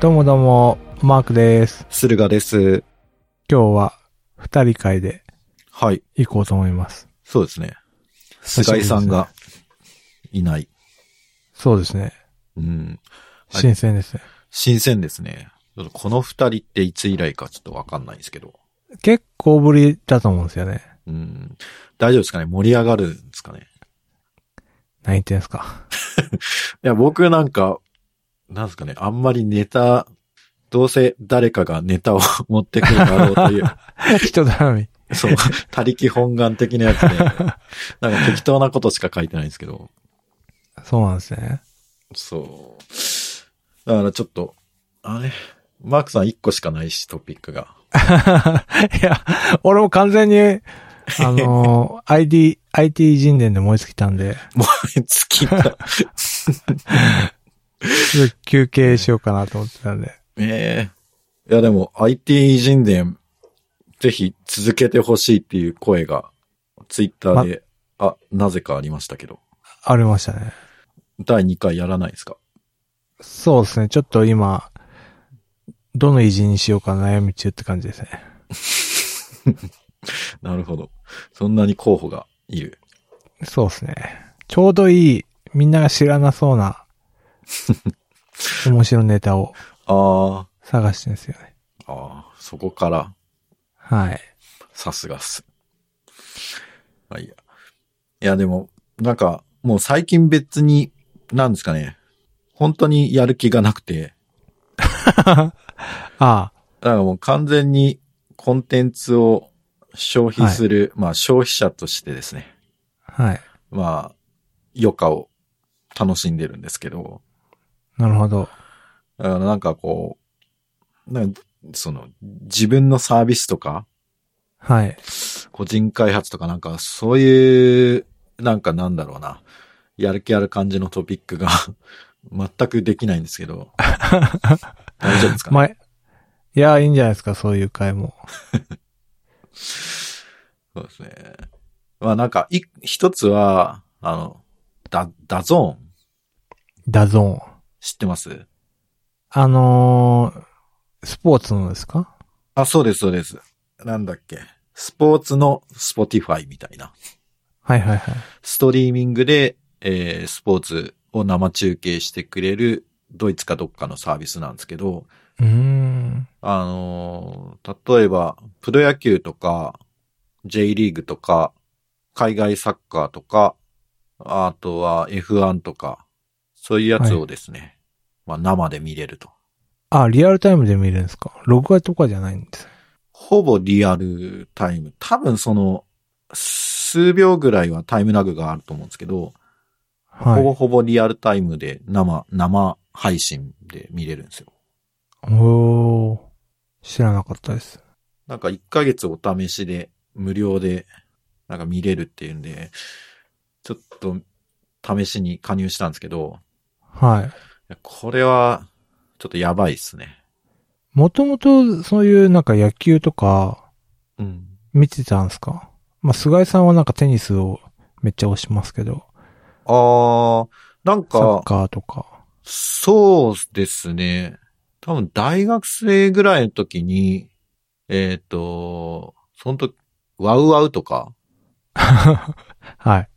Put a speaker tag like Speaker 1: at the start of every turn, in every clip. Speaker 1: どうもどうも、マークです。
Speaker 2: 駿河です。
Speaker 1: 今日は二人会で
Speaker 2: はい。
Speaker 1: 行こうと思います。
Speaker 2: そうですね。菅井さんがいない。
Speaker 1: そうですね。
Speaker 2: うん。はい
Speaker 1: 新鮮ですね。
Speaker 2: 新鮮ですね。ちょっとこの二人っていつ以来かちょっとわかんないんですけど。
Speaker 1: 結構ぶりだと思うんですよね。
Speaker 2: うん。大丈夫ですかね盛り上がるんですかね
Speaker 1: 何言ってんすか。
Speaker 2: いや、僕なんか、なんですかね、あんまりネタ、どうせ誰かがネタを 持ってくるだろうという、
Speaker 1: 人頼み。
Speaker 2: そう、他力本願的なやつで、なんか適当なことしか書いてないんですけど。
Speaker 1: そうなんですね。
Speaker 2: そう。だからちょっと、あれ、マークさん一個しかないし、トピックが。
Speaker 1: いや、俺も完全に、あの ー、ID、IT 人伝で燃え尽きたんで、
Speaker 2: もう、尽きた。
Speaker 1: ちょっと休憩しようかなと思ってたんで。
Speaker 2: ええいや、でも、IT 人伝、ぜひ続けてほしいっていう声が、ツイッターで、あ、なぜかありましたけど。
Speaker 1: ありましたね。
Speaker 2: 第2回やらないですか
Speaker 1: そうですね。ちょっと今、どの偉人にしようか悩み中って感じですね。
Speaker 2: なるほど。そんなに候補がいる。
Speaker 1: そうですね。ちょうどいい、みんなが知らなそうな、面白いネタを
Speaker 2: あ
Speaker 1: 探してんですよね。
Speaker 2: あ、ああ、そこから、
Speaker 1: はい。
Speaker 2: さすがっす。まあいいや。いや、でも、なんか、もう最近別に、なんですかね、本当にやる気がなくて、
Speaker 1: ああ、
Speaker 2: だからもう完全にコンテンツを消費する、まあ消費者としてですね、
Speaker 1: はい。
Speaker 2: まあ、余暇を楽しんでるんですけど、
Speaker 1: なるほど。
Speaker 2: だからなんかこう、なんかその、自分のサービスとか、
Speaker 1: はい。
Speaker 2: 個人開発とかなんかそういう、なんかなんだろうな、やる気ある感じのトピックが 全くできないんですけ ど、大丈夫ですかね、
Speaker 1: ま、いや、いいんじゃないですか、そういう回も。
Speaker 2: そうですね。まあなんか、い一つは、あの、だ、ダゾーン
Speaker 1: ダゾーン。
Speaker 2: 知ってます
Speaker 1: あのー、スポーツのですか
Speaker 2: あ、そうです、そうです。なんだっけ。スポーツのスポティファイみたいな。
Speaker 1: はいはいはい。
Speaker 2: ストリーミングで、えースポーツを生中継してくれるドイツかどっかのサービスなんですけど、
Speaker 1: うーん。
Speaker 2: あのー例えば、プロ野球とか、J リーグとか、海外サッカーとか、あとは F1 とか、そういうやつをですね、まあ生で見れると。
Speaker 1: あ、リアルタイムで見れるんですか録画とかじゃないんです。
Speaker 2: ほぼリアルタイム。多分その、数秒ぐらいはタイムラグがあると思うんですけど、
Speaker 1: は
Speaker 2: ほぼ
Speaker 1: い。
Speaker 2: ほぼリアルタイムで生、生配信で見れるんですよ。
Speaker 1: おー。知らなかったです。
Speaker 2: なんか1ヶ月お試しで無料でなんか見れるっていうんで、ちょっと試しに加入したんですけど、
Speaker 1: はい。
Speaker 2: いやこれはちょっとやばいっすね。
Speaker 1: もともと、そういうなんか野球とか、
Speaker 2: うん。
Speaker 1: 見てたんですかまあ、菅井さんはなんかテニスをめっちゃ推しますけど、
Speaker 2: あー、なん
Speaker 1: サッ
Speaker 2: か、
Speaker 1: カーとか。
Speaker 2: そうですね。多分大学生ぐらいの時に、えっ、と、その時、ワウワウとか、
Speaker 1: はい。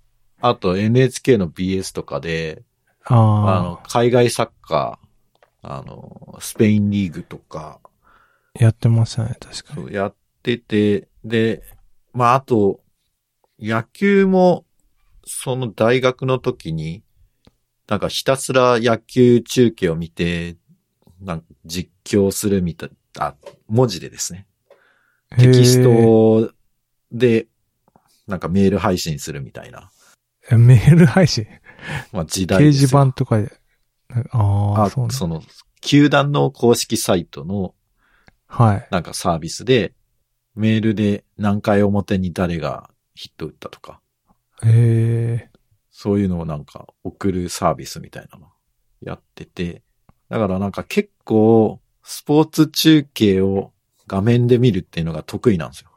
Speaker 2: あと NHK の BS とかで、
Speaker 1: あ
Speaker 2: あ
Speaker 1: あ
Speaker 2: の、海外サッカー、あの、スペインリーグとか、
Speaker 1: やってましたね、確か
Speaker 2: そ
Speaker 1: に。
Speaker 2: うやってて、で、まあ、あと、野球も、その大学の時に、なんかひたすら野球中継を見て、なんか実況するみたい、あ、文字でですね。テキス
Speaker 1: へー
Speaker 2: トで、なんかメール配信するみたいな、
Speaker 1: えメール配信
Speaker 2: まあ、時代
Speaker 1: 掲
Speaker 2: です
Speaker 1: 示
Speaker 2: よ。
Speaker 1: 板とかで。ああ、
Speaker 2: あ
Speaker 1: そうなんだ
Speaker 2: その、球団の公式サイトの
Speaker 1: はい。
Speaker 2: なんかサービスで、メールで何回表に誰がヒット打ったとか、
Speaker 1: え
Speaker 2: そういうのをなんか送るサービスみたいなのやってて、だからなんか結構スポーツ中継を画面で見るっていうのが得意なんですよ。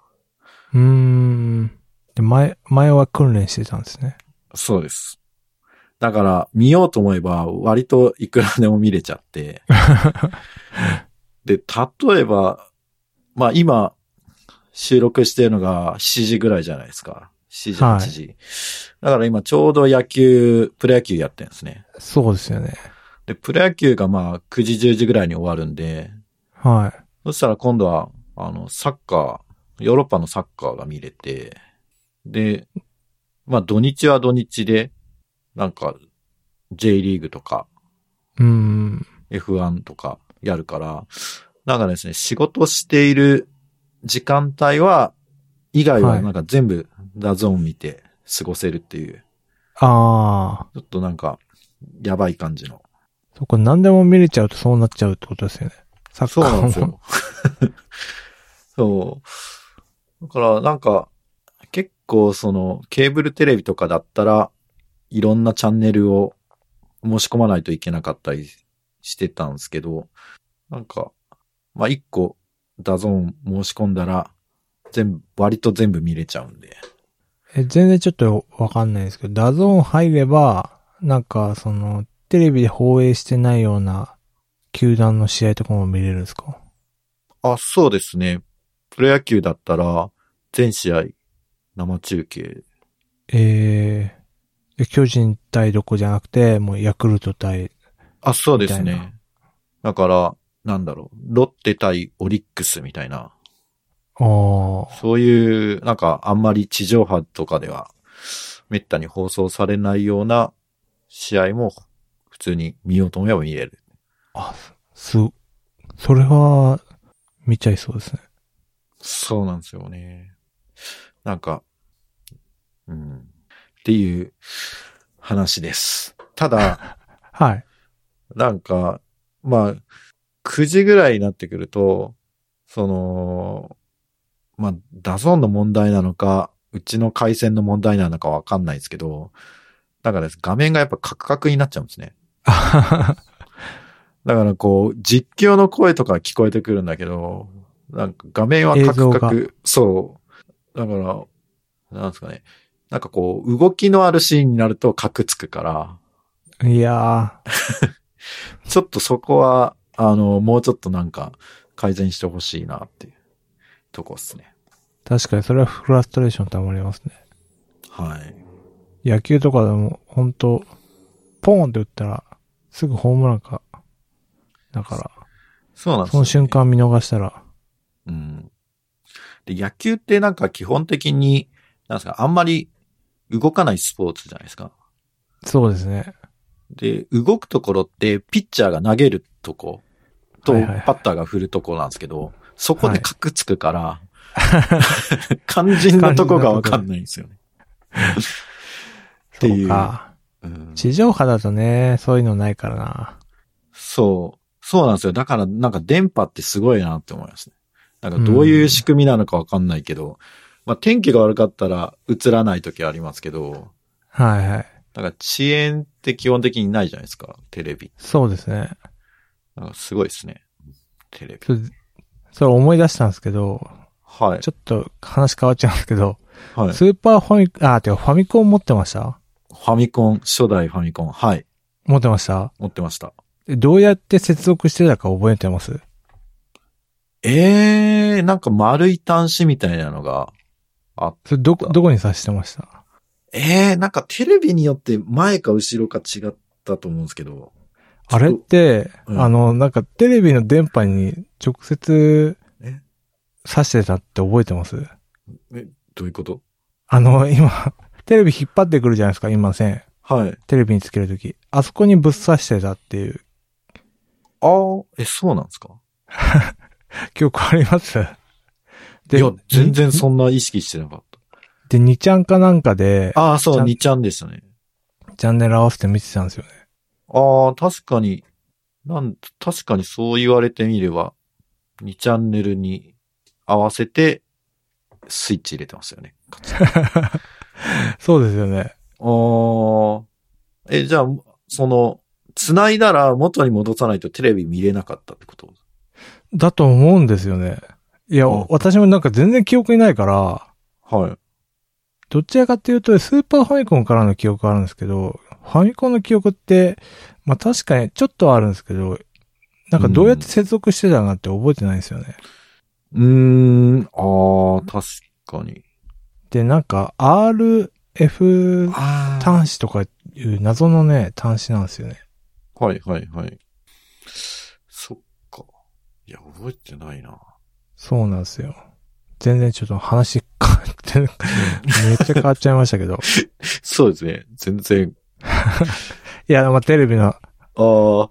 Speaker 1: ー、うーん。で前、前は訓練してたんですね。
Speaker 2: そうです。だから、見ようと思えば、割といくらでも見れちゃ って。で、例えば、まあ今、収録してるのが7時ぐらいじゃないですか。7時、
Speaker 1: はい
Speaker 2: 8時。だから今ちょうど野球、プロ野球やってるんですね。
Speaker 1: そうですよね。
Speaker 2: で、プロ野球がまあ9時、10時ぐらいに終わるんで、
Speaker 1: は
Speaker 2: そしたら今度は、あの、サッカー、ヨーロッパのサッカーが見れて、で、まあ土日は土日で、なんか、J リーグとか、
Speaker 1: い。うん。
Speaker 2: F1 とかやるから、なんかですね、仕事している時間帯は、以外
Speaker 1: は
Speaker 2: はいなんか全部ダゾーン見て過ごせるっていう、
Speaker 1: ああ。
Speaker 2: ちょっとなんか、やばい感じの。
Speaker 1: そこ何でも見れちゃうとそうなっちゃうってことですよね。サッ
Speaker 2: そう
Speaker 1: カー
Speaker 2: なん
Speaker 1: も
Speaker 2: ですよ。 そう。だからなんか、結構その、ケーブルテレビとかだったら、いろんなチャンネルを申し込まないといけなかったりしてたんですけど、なんか、まあ、一個、ダゾーン申し込んだら、全部、割と全部見れちゃうんで。
Speaker 1: え全然ちょっとわかんないですけど、ダゾーン入れば、なんかその、テレビで放映してないような球団の試合とかも見れるんですか
Speaker 2: あ、そうですね。プロ野球だったら、全試合、生中継。
Speaker 1: ええ巨人対どこじゃなくて、もうヤクルト対、
Speaker 2: あ、そうです
Speaker 1: みたいな
Speaker 2: ね。だから、なんだろう、ロッテ対オリックスみたいな。
Speaker 1: ああ、
Speaker 2: そういう、なんかあんまり地上波とかでは、めったに放送されないような試合も普通に見ようと思えば見れる。
Speaker 1: あ、す、それは、見ちゃいそうですね。
Speaker 2: そうなんですよね。なんか、うん。っていう話です。ただ、
Speaker 1: はい。
Speaker 2: なんか、まあ、9時ぐらいになってくると、その、まあ、ダゾーンの問題なのか、うちの回線の問題なのかわかんないですけど、だからです画面がやっぱカクカクになっちゃうんですね。
Speaker 1: あはは
Speaker 2: だからこう、実況の声とか聞こえてくるんだけど、なんか画面はカクカ
Speaker 1: 映
Speaker 2: ク、そう。だから、なんですかね。なんかこう、動きのあるシーンになるとカクつくから、
Speaker 1: いや
Speaker 2: ちょっとそこは、あの、もうちょっとなんか改善してほしいなっていうとこですね。
Speaker 1: ー、確かにそれはフラストレーション溜まりますね。
Speaker 2: はい。
Speaker 1: 野球とかでも、ほんと、ポーンって打ったら、すぐホームランか。だか
Speaker 2: そうなん
Speaker 1: ら、
Speaker 2: です
Speaker 1: その瞬。間見逃したら、
Speaker 2: うん。で、野球ってなんか基本的に、なんですか、あんまり動かないスポーツじゃないですか。
Speaker 1: そうですね。
Speaker 2: で、動くところって、ピッチャーが投げるとこ、と、
Speaker 1: はいはいはい
Speaker 2: バッターが振るとこなんですけど、そこでカクつくから、 肝心なとこがわかんないんですよね。て
Speaker 1: そ
Speaker 2: いう
Speaker 1: うか。
Speaker 2: うん
Speaker 1: 地上波だとね、そういうのないからな。
Speaker 2: そう。そうなんですよ。だから、なんか電波ってすごいなって思いますね。なんかどういう仕組みなのかわかんないけど、まあ天気が悪かったら映らない時はありますけど、
Speaker 1: はいはい。
Speaker 2: なんか遅延って基本的にないじゃないですか、テレビ。
Speaker 1: そうですね。
Speaker 2: なんかすごいですね。テレビ。
Speaker 1: それ、それ思い出したんですけど、
Speaker 2: はい。
Speaker 1: ちょっと話変わっちゃうんですけど、
Speaker 2: はい。フ
Speaker 1: スーパーファミ、あ、てかファミコン持ってました
Speaker 2: ァミコン、初代ファミコン。はい。
Speaker 1: 持ってました
Speaker 2: 持ってました。
Speaker 1: でどうやって接続してたか覚えてます
Speaker 2: えー、なんか丸い端子みたいなのが、
Speaker 1: それどこ、どこに挿してました
Speaker 2: えー、なんかテレビによって前か後ろか違ったと思うんですけど。
Speaker 1: あれって、
Speaker 2: うん
Speaker 1: あの、なんかテレビの電波に直接
Speaker 2: え
Speaker 1: 挿してたって覚えてます
Speaker 2: どういうこと
Speaker 1: あの、今、テレビ引っ張ってくるじゃないですか、今線。
Speaker 2: はい。
Speaker 1: テレビにつけるとき。あそこにぶっ刺してたっていう
Speaker 2: ああ、え、そうなんですか
Speaker 1: 記憶あります
Speaker 2: いや、全然
Speaker 1: そ
Speaker 2: そんな意識してなかっ
Speaker 1: で、2ちゃんかなんかで
Speaker 2: た。、ああ、そ
Speaker 1: ち
Speaker 2: う、
Speaker 1: ゃん
Speaker 2: 2ちゃんでしたね。
Speaker 1: チャンネル合わせて見てたんですよね。
Speaker 2: ああ、確かに、なん、確かにそう言われてみれば、2チャンネルに合わせて、スイッチ入れてますよね。
Speaker 1: そうですよね。
Speaker 2: ああ、え、じゃあ、その、繋いだら元に戻さないとテレビ見れなかったってこと
Speaker 1: だと思うんですよね。いや、
Speaker 2: うん
Speaker 1: 私もなんか全然記憶にないから、
Speaker 2: はい。
Speaker 1: どちらかというと、スーパーファミコンからの記憶があるんですけど、ファミコンの記憶って、まあ確かにちょっとはあるんですけど、なんかどうやって接続してたかって覚えてないんですよね。
Speaker 2: うーん、ああ、確かに。
Speaker 1: で、なんか RF
Speaker 2: ああ。
Speaker 1: 端子とかいう謎のね、端子なんですよね。
Speaker 2: はいはいはい。そっか。いや、覚えてないな。
Speaker 1: そうなんですよ。全然ちょっと話変わって、めっちゃ変わっちゃいましたけど。
Speaker 2: そうですね。全然。
Speaker 1: いや、まあテレビの
Speaker 2: あ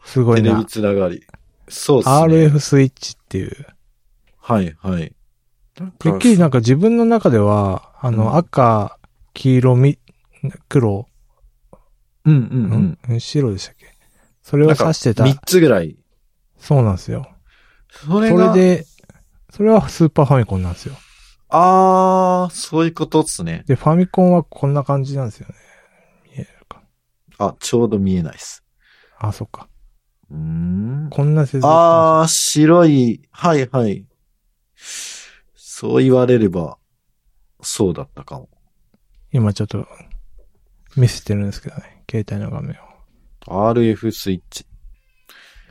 Speaker 1: す
Speaker 2: あ、
Speaker 1: ご
Speaker 2: テ
Speaker 1: い
Speaker 2: レ
Speaker 1: な
Speaker 2: ビ。つながり。そうですね。
Speaker 1: RF スイッチっていう。
Speaker 2: はいはい。なん
Speaker 1: てっきりなんか自分の中では、あ
Speaker 2: うん
Speaker 1: の、赤、黄色、み、黒、
Speaker 2: うんうんうん。
Speaker 1: うん、白でしたっけそれを指してた。
Speaker 2: 3つぐらい。
Speaker 1: そうなんですよ。
Speaker 2: そ
Speaker 1: そ
Speaker 2: れ
Speaker 1: れ
Speaker 2: が、
Speaker 1: で、それはスーパーファミコンなんですよ。
Speaker 2: ああ、そういうことっすね。
Speaker 1: で、ファミコンはこんな感じなんですよね。見えるか。
Speaker 2: あ、ちょうど見えないっす。
Speaker 1: あ、そっか。
Speaker 2: うーん。
Speaker 1: こんな接続端子
Speaker 2: ああ、白い。はいはい。そう言われれば、そうだったかも。
Speaker 1: 今ちょっと、見せてるんですけどね。携帯の画面を。
Speaker 2: RF スイッチ。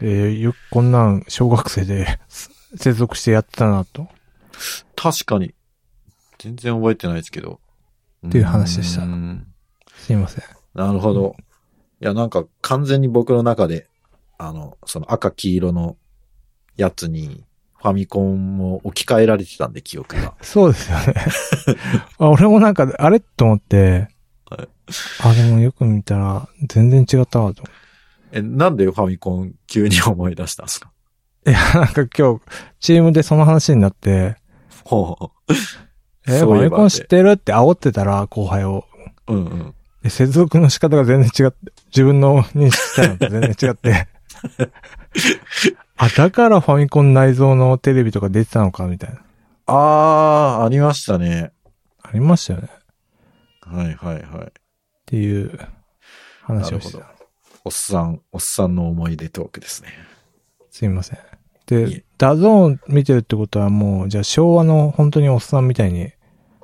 Speaker 1: えー、よくこんなん、小学生で 接続してやってたなと。
Speaker 2: 確かに。全然覚えてないですけど。って
Speaker 1: いう話でした
Speaker 2: な
Speaker 1: すいません。
Speaker 2: るほど。いや、なんか完全に僕の中で、あの、その赤黄色のやつに、ファミコンも置き換えられてたんで、記憶が。
Speaker 1: そうですよね。 あ俺もなんか、あれと思って、
Speaker 2: はい
Speaker 1: あ、でもよく見たら、全然違ったわと。
Speaker 2: え、なんでファミコン急に思い出した んですか
Speaker 1: いや、なんか今日、チームでその話になって、
Speaker 2: ほ
Speaker 1: え、
Speaker 2: そう
Speaker 1: マ
Speaker 2: いえば
Speaker 1: イコン知ってるって煽ってたら、後輩を。
Speaker 2: う。うんうん。
Speaker 1: で接続の仕方が全然違って、自分の認識したのと全然違って。 あ、だからファミコン内蔵のテレビとか出てたのか、みたいな。
Speaker 2: あー、ありましたね。
Speaker 1: ありましたよね。っ
Speaker 2: はいはいはい。
Speaker 1: ていう話をして
Speaker 2: な
Speaker 1: た。
Speaker 2: おっさん、おっさんの思い出トークですね。
Speaker 1: すいません。
Speaker 2: い
Speaker 1: で
Speaker 2: え、
Speaker 1: ダゾーン見てるってことはもう、じゃあ昭和の本当におっさんみたいに、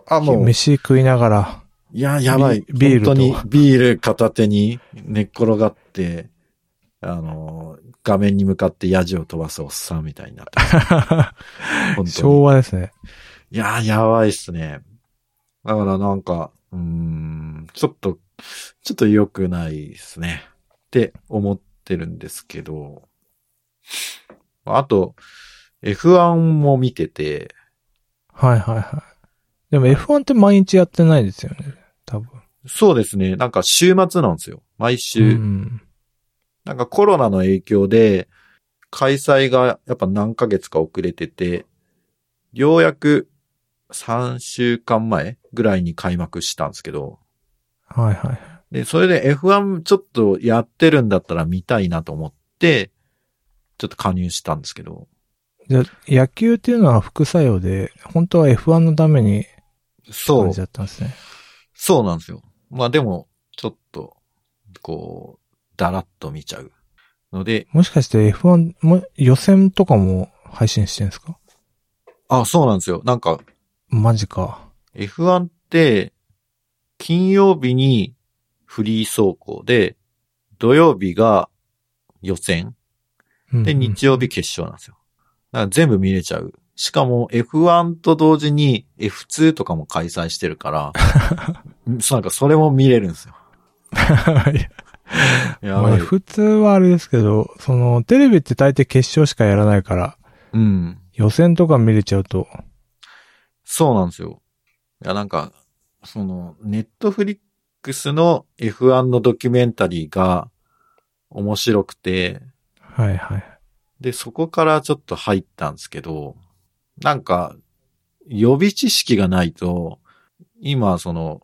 Speaker 2: あ、もう、い
Speaker 1: 飯食いながら、
Speaker 2: や、やばい。
Speaker 1: ビビールと
Speaker 2: 本当に、ビール片手に寝っ転がって、あのー、画面に向かってヤジを飛ばすおっさんみたいになってます本当に
Speaker 1: 昭和ですね。
Speaker 2: いやー、やばいっすね。だからなんか、うーん、ちょっと、ちょっと良くないですね。って思ってるんですけど。あと、F1 も見てて、
Speaker 1: はいはいはい。でも F1 って毎日やってないですよね。多分。
Speaker 2: そうですね、なんか週末なんですよ。毎週。
Speaker 1: うん。
Speaker 2: なんかコロナの影響で、開催がやっぱ何ヶ月か遅れてて、ようやく3週間前ぐらいに開幕したんですけど、
Speaker 1: はいはい。
Speaker 2: で、それで F1 ちょっとやってるんだったら見たいなと思って、ちょっと加入したんですけど。
Speaker 1: じゃあ野球っていうのは副作用で、本当は F1 のために
Speaker 2: そ
Speaker 1: 感
Speaker 2: う
Speaker 1: じ。だったんですね。
Speaker 2: そうなんですよ。まあでも、ちょっと、こう、だらっと見ちゃう。ので、
Speaker 1: もしかして F1 も予選とかも配信してるんですか
Speaker 2: あ、そうなんですよ。なんか、
Speaker 1: マジか。
Speaker 2: F1 って、金曜日にフリー走行で、土曜日が予選
Speaker 1: うん
Speaker 2: で、日曜日決勝なんですよ。だから全部見れちゃう。しかも F1 と同時に F2 とかも開催してる から、うんそうなんかそれも見れるんですよ。
Speaker 1: うん。いや
Speaker 2: や
Speaker 1: ま
Speaker 2: ば
Speaker 1: あ
Speaker 2: い。
Speaker 1: 普通はあれですけど、その、テレビって大抵決勝しかやらないから、
Speaker 2: うん。
Speaker 1: 予選とか見れちゃうと、
Speaker 2: そうなんですよ。いや、なんか、その、ネットフリックスの F1 のドキュメンタリーが面白くて、
Speaker 1: はいはい。
Speaker 2: で、そこからちょっと入ったんですけど、なんか、予備知識がないと、今、その、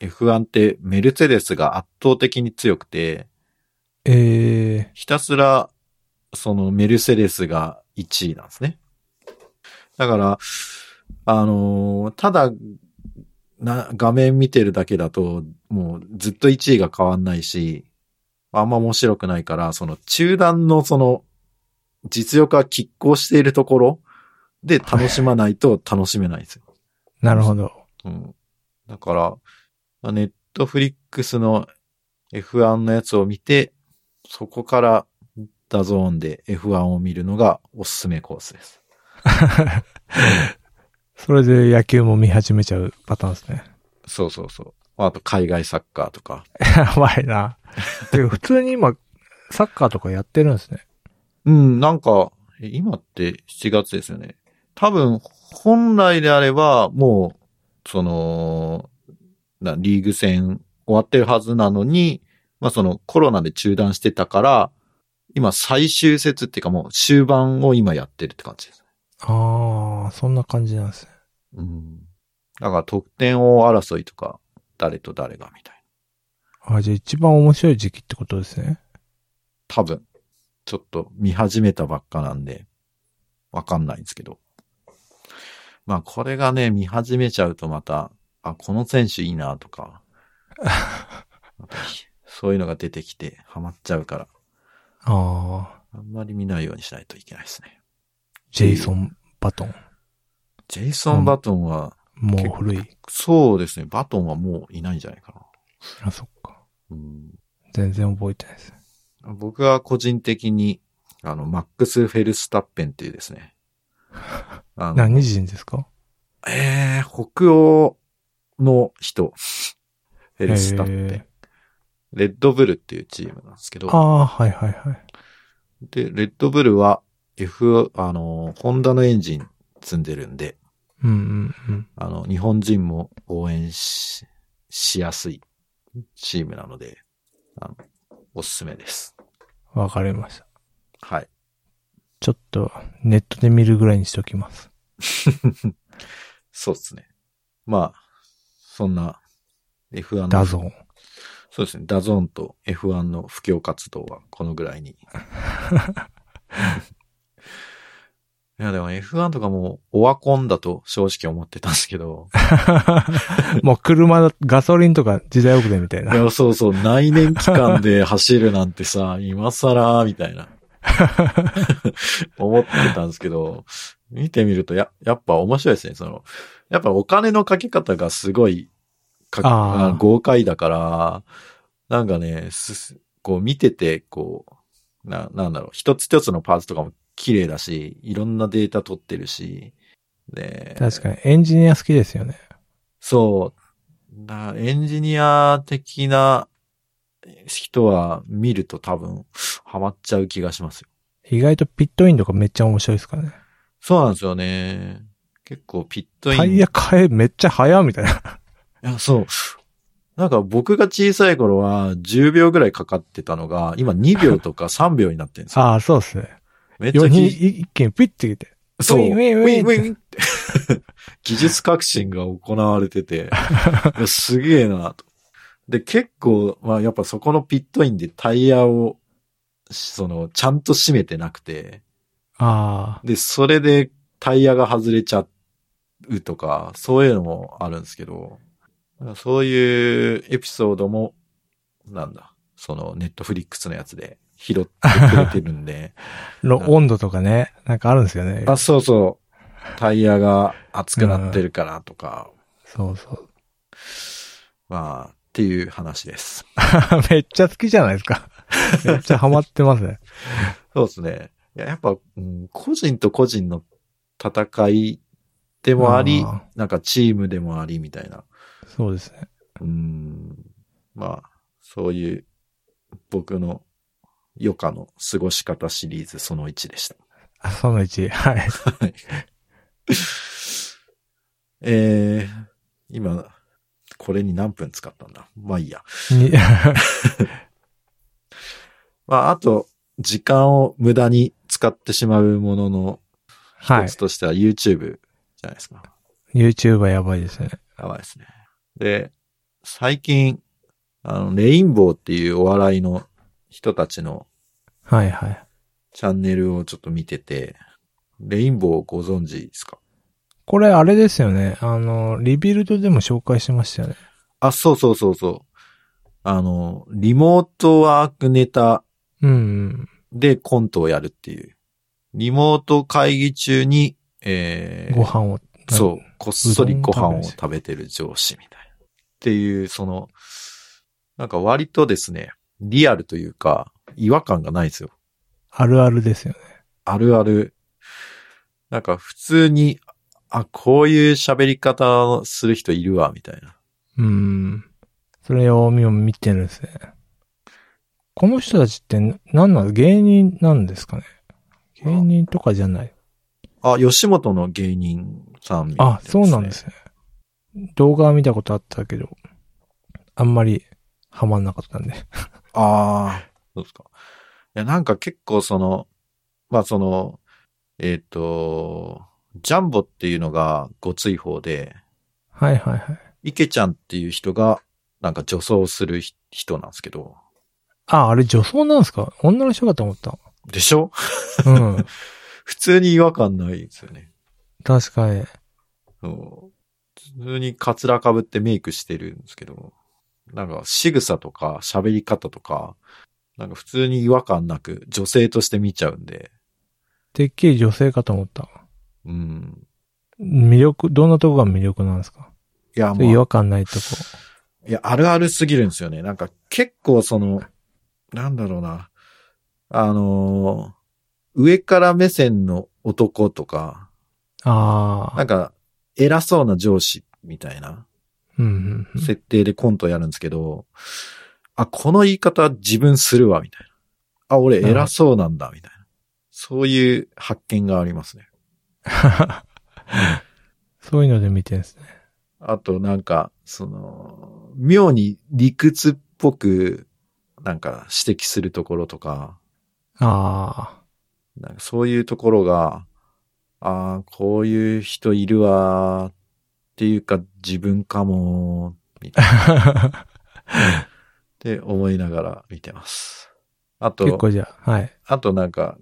Speaker 2: F1 ってメルセデスが圧倒的に強くて、
Speaker 1: ええ
Speaker 2: ひたすら、そのメルセデスが1位なんですね。だから、あのーただ、な、画面見てるだけだと、もうずっと1位が変わんないし、あんま面白くないから、その中段のその、実力が拮抗しているところで楽しまないと楽しめないんですよ。
Speaker 1: なるほど。
Speaker 2: うん。だから、まあネットフリックスの F1 のやつを見て、そこからダゾーンで F1 を見るのがおすすめコースです。
Speaker 1: それで野球も見始めちゃうパターンですね。
Speaker 2: そうそうそう。まああと海外サッカーとか。
Speaker 1: やばいな。で、普通に今、サッカーとかやってるんですね。
Speaker 2: うん、なんか、え今って7月ですよね。多分、本来であれば、もう、その、なリーグ戦終わってるはずなのに、まあそのコロナで中断してたから、今最終節っていうかもう終盤を今やってるって感じです。
Speaker 1: ああ、そんな感じなんですね。
Speaker 2: うん。だから得点王争いとか、誰と誰がみたいな。
Speaker 1: あじゃあ一番面白い時期ってことですね。
Speaker 2: 多分、ちょっと見始めたばっかなんで、わかんないんですけど。まあこれがね、見始めちゃうとまた、あ、この選手いいなとか、またそういうのが出てきてハマっちゃうから、
Speaker 1: ああ、
Speaker 2: あんまり見ないようにしないといけないですね。
Speaker 1: ジェイソン・バトン。
Speaker 2: ジェイソン・バトンは、
Speaker 1: もう古い。
Speaker 2: そうですね、バトンはもういないんじゃないか
Speaker 1: あ、そっか。
Speaker 2: な。うん
Speaker 1: 全然覚えてないです。
Speaker 2: 僕は個人的に、あの、マックス・フェルスタッペンっていうですね。あの
Speaker 1: 何人ですか
Speaker 2: えー、北欧の人。フェルスタッペン
Speaker 1: へ。
Speaker 2: レッドブルっていうチームなんですけど
Speaker 1: ー。ああ、はいはいはい。
Speaker 2: で、レッドブルは F、あの、ホンダのエンジン積んでるんで、
Speaker 1: うんうんうん。
Speaker 2: あの、日本人も応援し、しやすいチームなので、あの、おすすめです。
Speaker 1: わかりました。
Speaker 2: はい。
Speaker 1: ちょっと、ネットで見るぐらいにしておきます。
Speaker 2: そうですね。まあ、そんな F1 の。
Speaker 1: ダゾーン。
Speaker 2: そうですね。ダゾーンと F1 の布教活動はこのぐらいに。いや、でも F1 とかもうオワコンだと正直思ってたんですけど。
Speaker 1: もう車だ、ガソリンとか時代遅れみたい
Speaker 2: い
Speaker 1: な。
Speaker 2: や、そうそう、内燃機関で走るなんてさ、 今更、みたいな。思ってたんですけど、見てみるとや、やっぱ面白いですね。その、やっぱお金のかけ方がすごい、か
Speaker 1: あー
Speaker 2: 豪快だから、なんかね、すすこう見てて、こう、な、なんだろう、一つ一つのパーツとかも綺麗だし、いろんなデータ取ってるし、で、
Speaker 1: 確かに、エンジニア好きですよね。
Speaker 2: そう。だエンジニア的な人は見ると多分ハマっちゃう気がしますよ。
Speaker 1: 意外とピットインとかめっちゃ面白いですからね。
Speaker 2: そうなんですよね。結構ピットイン。
Speaker 1: タイヤ変えめっちゃ早みたいな。
Speaker 2: いや、そう。なんか僕が小さい頃は10秒ぐらいかかってたのが、今2秒とか3秒になってるんですよ。
Speaker 1: ああ、そうですね。
Speaker 2: めっちゃ
Speaker 1: 4人
Speaker 2: 技
Speaker 1: 一気にピッてきて。
Speaker 2: そう。
Speaker 1: ウィンウィンウィン
Speaker 2: ウィンウィンって 技術革新が行われてて、いやすげえなと。で、結構、まあやっぱそこのピットインでタイヤを、その、ちゃんと締めてなくて、
Speaker 1: あ
Speaker 2: で、それでタイヤが外れちゃうとか、そういうのもあるんですけど、そういうエピソードも、なんだ、その、ネットフリックスのやつで拾ってくれてるんで、
Speaker 1: あ、の温度とかね、なんかあるんですよね。
Speaker 2: あ、そうそう。タイヤが熱くなってるからとか、
Speaker 1: そうそう。
Speaker 2: まあ、っていう話です。
Speaker 1: めっちゃ好きじゃないです か。めっちゃハマってますね。
Speaker 2: そうですね。いや、やっぱ、うん個人と個人の戦いでもあり
Speaker 1: あー、
Speaker 2: なんかチームでもありみたいな。
Speaker 1: そうですね。
Speaker 2: うん。まあ、そういう、僕の余暇の過ごし方シリーズその1でした。
Speaker 1: あその1、はい。
Speaker 2: えー、今、これに何分使ったんだまあいいや。
Speaker 1: に
Speaker 2: まあ、あと、時間を無駄に使ってしまうものの
Speaker 1: は
Speaker 2: 一つとしては YouTube じゃないですか。
Speaker 1: い。YouTuber やばいですね。
Speaker 2: やばいですね。で、最近、あの、レインボーっていうお笑いの人たちの
Speaker 1: はいはい。
Speaker 2: チャンネルをちょっと見てて、レインボーご存知ですか
Speaker 1: これあれですよね。あの、リビルドでも紹介しましたよね。
Speaker 2: あ、そうそうそうそう。あの、リモートワークネタ
Speaker 1: うんうん。
Speaker 2: でコントをやるっていう。リモート会議中に、えー、
Speaker 1: ご飯を。
Speaker 2: そう、こっそりご飯
Speaker 1: うどんを食べるし
Speaker 2: を食べてる上司みたいっていう、その、なんか割とですね、リアルというか、違和感がないですよ。
Speaker 1: あるあるですよね。
Speaker 2: あるある。なんか普通に、あ、こういう喋り方をする人いるわ、みたいな。
Speaker 1: うん。それを見てるんですね。この人たちって何なの芸人なんですかね芸人とかじゃない。
Speaker 2: あ、吉本の芸人さんみたい
Speaker 1: あ、そうなんですね。動画は見たことあったけど、あんまりハマんなかったんで。
Speaker 2: ああ。そうですか。いや、なんか結構その、まあその、えっ、と、ジャンボっていうのがご追放で、
Speaker 1: はいはいはい。
Speaker 2: 池ちゃんっていう人が、なんか女装するひ人なんですけど。
Speaker 1: あ、あれ女装なんですか女の人かと思った。
Speaker 2: でしょ
Speaker 1: うん。
Speaker 2: 普通に違和感ないですよね。
Speaker 1: 確かに。
Speaker 2: そう普通にカツラ被ってメイクしてるんですけど、なんか仕草とか喋り方とか、なんか普通に違和感なく女性として見ちゃうんで、
Speaker 1: てっきり女性かと思った。
Speaker 2: うん。
Speaker 1: 魅力、どんなとこが魅力なんですか
Speaker 2: いや、
Speaker 1: それ違
Speaker 2: もう、
Speaker 1: 和感ないとこ。
Speaker 2: いや、あるあるすぎるんですよね。なんか結構その、なんだろうな、あのー上から目線の男とか、
Speaker 1: あ
Speaker 2: な
Speaker 1: あ
Speaker 2: ん。か偉そうな上司みたいな。
Speaker 1: うんうんうん。
Speaker 2: 設定でコントやるんですけど、あ、この言い方自分するわ、みたいな。あ、俺偉そうなんだ、みたいな。そういう発見がありますね。
Speaker 1: そういうので見てるんですね。
Speaker 2: あとなんか、その、妙に理屈っぽく、なんか指摘するところとか、
Speaker 1: あ
Speaker 2: なんかそういうところが、ああ、こういう人いるわ、っていうか自分かも、みたいな。
Speaker 1: あ。
Speaker 2: って思いながら見てます。あと、
Speaker 1: 結構じゃあ、はい。
Speaker 2: あとなんか、